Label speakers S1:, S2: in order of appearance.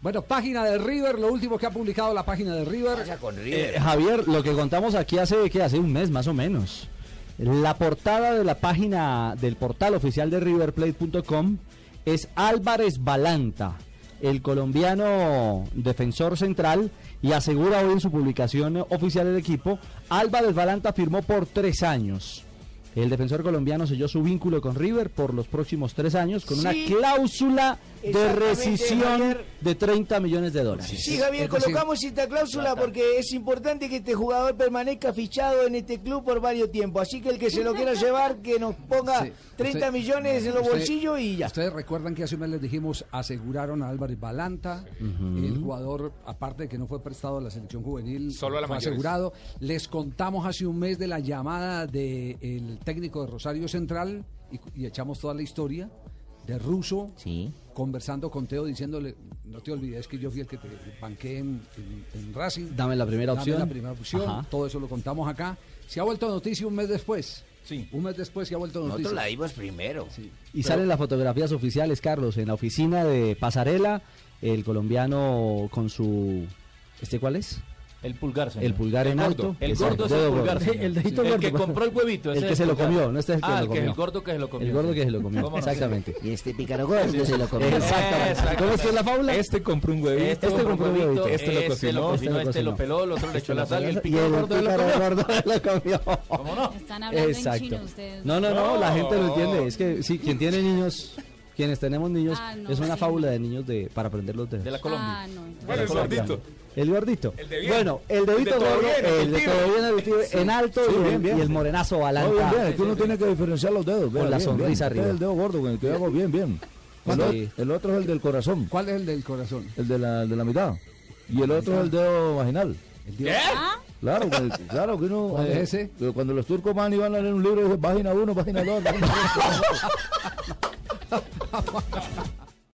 S1: Bueno, página de River, lo último que ha publicado la página de River.
S2: Vaya con River.
S3: Eh, Javier, lo que contamos aquí hace, ¿qué? hace un mes más o menos. La portada de la página del portal oficial de riverplate.com es Álvarez Balanta, el colombiano defensor central, y asegura hoy en su publicación oficial del equipo, Álvarez Balanta firmó por tres años. El defensor colombiano selló su vínculo con River por los próximos tres años con una
S2: Sí.
S3: cláusula de
S2: Exactamente,
S3: rescisión
S2: Javier.
S3: de 30 millones de dólares.
S2: Sí, Javier,
S1: Es decir,
S2: colocamos esta cláusula porque es importante que este jugador permanezca fichado en este club por varios tiempos. Así que el que se lo quiera llevar, que nos ponga
S1: Sí,
S2: 30
S1: usted-
S2: millones en los
S1: usted-
S2: bolsillos y ya.
S1: Ustedes recuerdan que hace un mes les dijimos, aseguraron a Álvarez Balanta, el jugador, aparte de que no fue prestado a la selección juvenil,
S4: Solo a la
S1: fue
S4: mayores.
S1: asegurado. Les contamos hace un mes de la llamada del técnico de Rosario Central y, cu- y echamos toda la historia de Russo.
S2: Sí.
S1: Conversando con Teo, diciéndole, no te olvides que yo fui el que te banqué en, en- en Racing.
S3: Dame la primera
S1: Dame
S3: opción.
S1: la primera opción.
S3: Ajá.
S1: Todo eso lo contamos acá. Se ha vuelto noticia un mes después.
S4: Sí.
S1: Un mes después se ha vuelto noticia.
S2: Nosotros la dimos primero.
S3: Y salen las fotografías oficiales, Carlos, en la oficina de Pasarela, el colombiano con su... ¿Este cuál es?
S5: El pulgar, señor.
S3: El pulgar en
S4: gordo.
S3: alto.
S5: El
S3: Exacto,
S5: gordo es el
S3: dedo
S5: pulgar,
S3: gordo.
S5: señor.
S3: El
S5: Sí.
S3: dedito
S5: El
S3: gordo.
S5: que compró el huevito.
S3: El
S5: ese
S3: que
S5: es
S3: se lo
S5: pulgar.
S3: comió, no este es el que
S5: Ah,
S3: lo
S5: el que-
S3: comió.
S5: el gordo que se lo comió.
S3: El gordo
S5: sí.
S3: que se lo comió,
S5: ¿Cómo no?
S3: exactamente.
S2: Y este pícaro gordo se lo comió.
S3: Exactamente. ¿Cómo es que es la fábula?
S6: Este compró un huevito.
S3: Este compró un huevito,
S6: Este lo cocinó.
S3: este lo
S5: este
S3: cocinó.
S5: lo peló, el otro le echó la sal y el
S3: Y
S5: pícaro gordo se lo
S3: pícaro
S5: comió.
S3: gordo se lo comió.
S5: ¿Cómo no?
S7: Están hablando en
S3: Exacto.
S7: chino ustedes.
S3: No, no, no, la
S6: No.
S3: gente lo entiende. Es que sí, quien tiene niños, quienes tenemos niños,
S7: Ah, no,
S3: es una
S7: sí.
S3: fábula de niños de para aprender los dedos.
S5: De la Colombia.
S7: Ah, no. entonces-
S6: Bueno, el gordito.
S3: El gordito.
S6: El de bien.
S3: bueno, el
S6: El de
S3: dedito
S6: todo
S3: gordo,
S6: bien,
S3: el de
S6: efectivo.
S3: todo bien, efectivo, en alto y, el,
S8: bien, bien.
S3: y el morenazo balanta.
S8: No, Ah, bien, bien, es que uno tiene que diferenciar los dedos. vea,
S3: Con la
S8: bien, bien.
S3: sonrisa
S8: Este
S3: arriba.
S8: es el dedo gordo, con el que yo hago bien, bien. El,
S3: Sí.
S8: o- el otro es el del corazón,
S1: ¿Cuál es el del corazón?
S8: el de la, el de la mitad. Y el otro es el dedo vaginal.
S7: Ah,
S8: Claro, con el- claro que uno.
S1: ¿Cuál es ese?
S8: que Cuando los turcos van y van a leer un libro, dice página 1, página 2.